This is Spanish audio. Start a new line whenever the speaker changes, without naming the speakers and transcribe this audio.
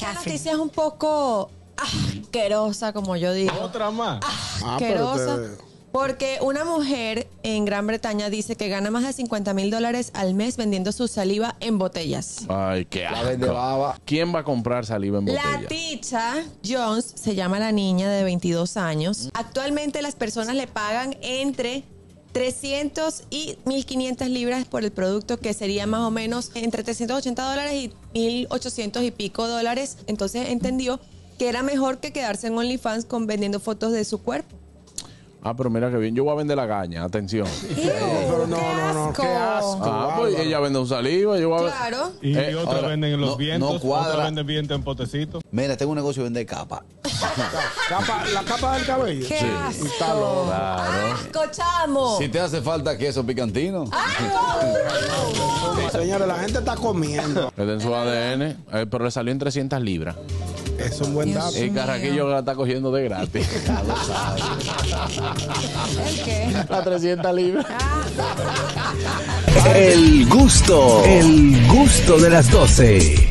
la noticia es un poco asquerosa, como yo digo.
Otra más.
Ah, pero
asquerosa.
te-
Porque una mujer en Gran Bretaña dice que gana más de 50 mil dólares al mes vendiendo su saliva en botellas.
Ay, qué
La vende
asco.
baba.
¿Quién va a comprar saliva en botella?
La ticha Jones se llama la niña de 22 años. Actualmente las personas le pagan entre 300 y 1500 libras por el producto, que sería más o menos entre 380 dólares y 1800 y pico dólares. Entonces entendió que era mejor que quedarse en OnlyFans con vendiendo fotos de su cuerpo.
Ah, pero mira qué bien. Yo voy a vender la gaña, atención.
Pero no, no, no, qué asco.
Ah, pues ella vende un saliva, yo voy a ver-
Claro.
Y,
Eh,
otras
ahora,
venden en los
no-
vientos,
no cuadra.
otras venden viento en potecito.
Mira, tengo un negocio de vender capa.
Capa- la capa del cabello.
¡Qué asco!
Está loco.
¡Asco, chamo!
Si te hace falta queso picantino.
Señores, la gente está comiendo.
Le den su ADN, eh, pero le salió en 300 libras.
Es un buen
Dios.
dato.
El
mío.
carraquillo la está cogiendo de gratis.
¿El qué? Ah,
a 300 libras.
El gusto, el gusto de las 12.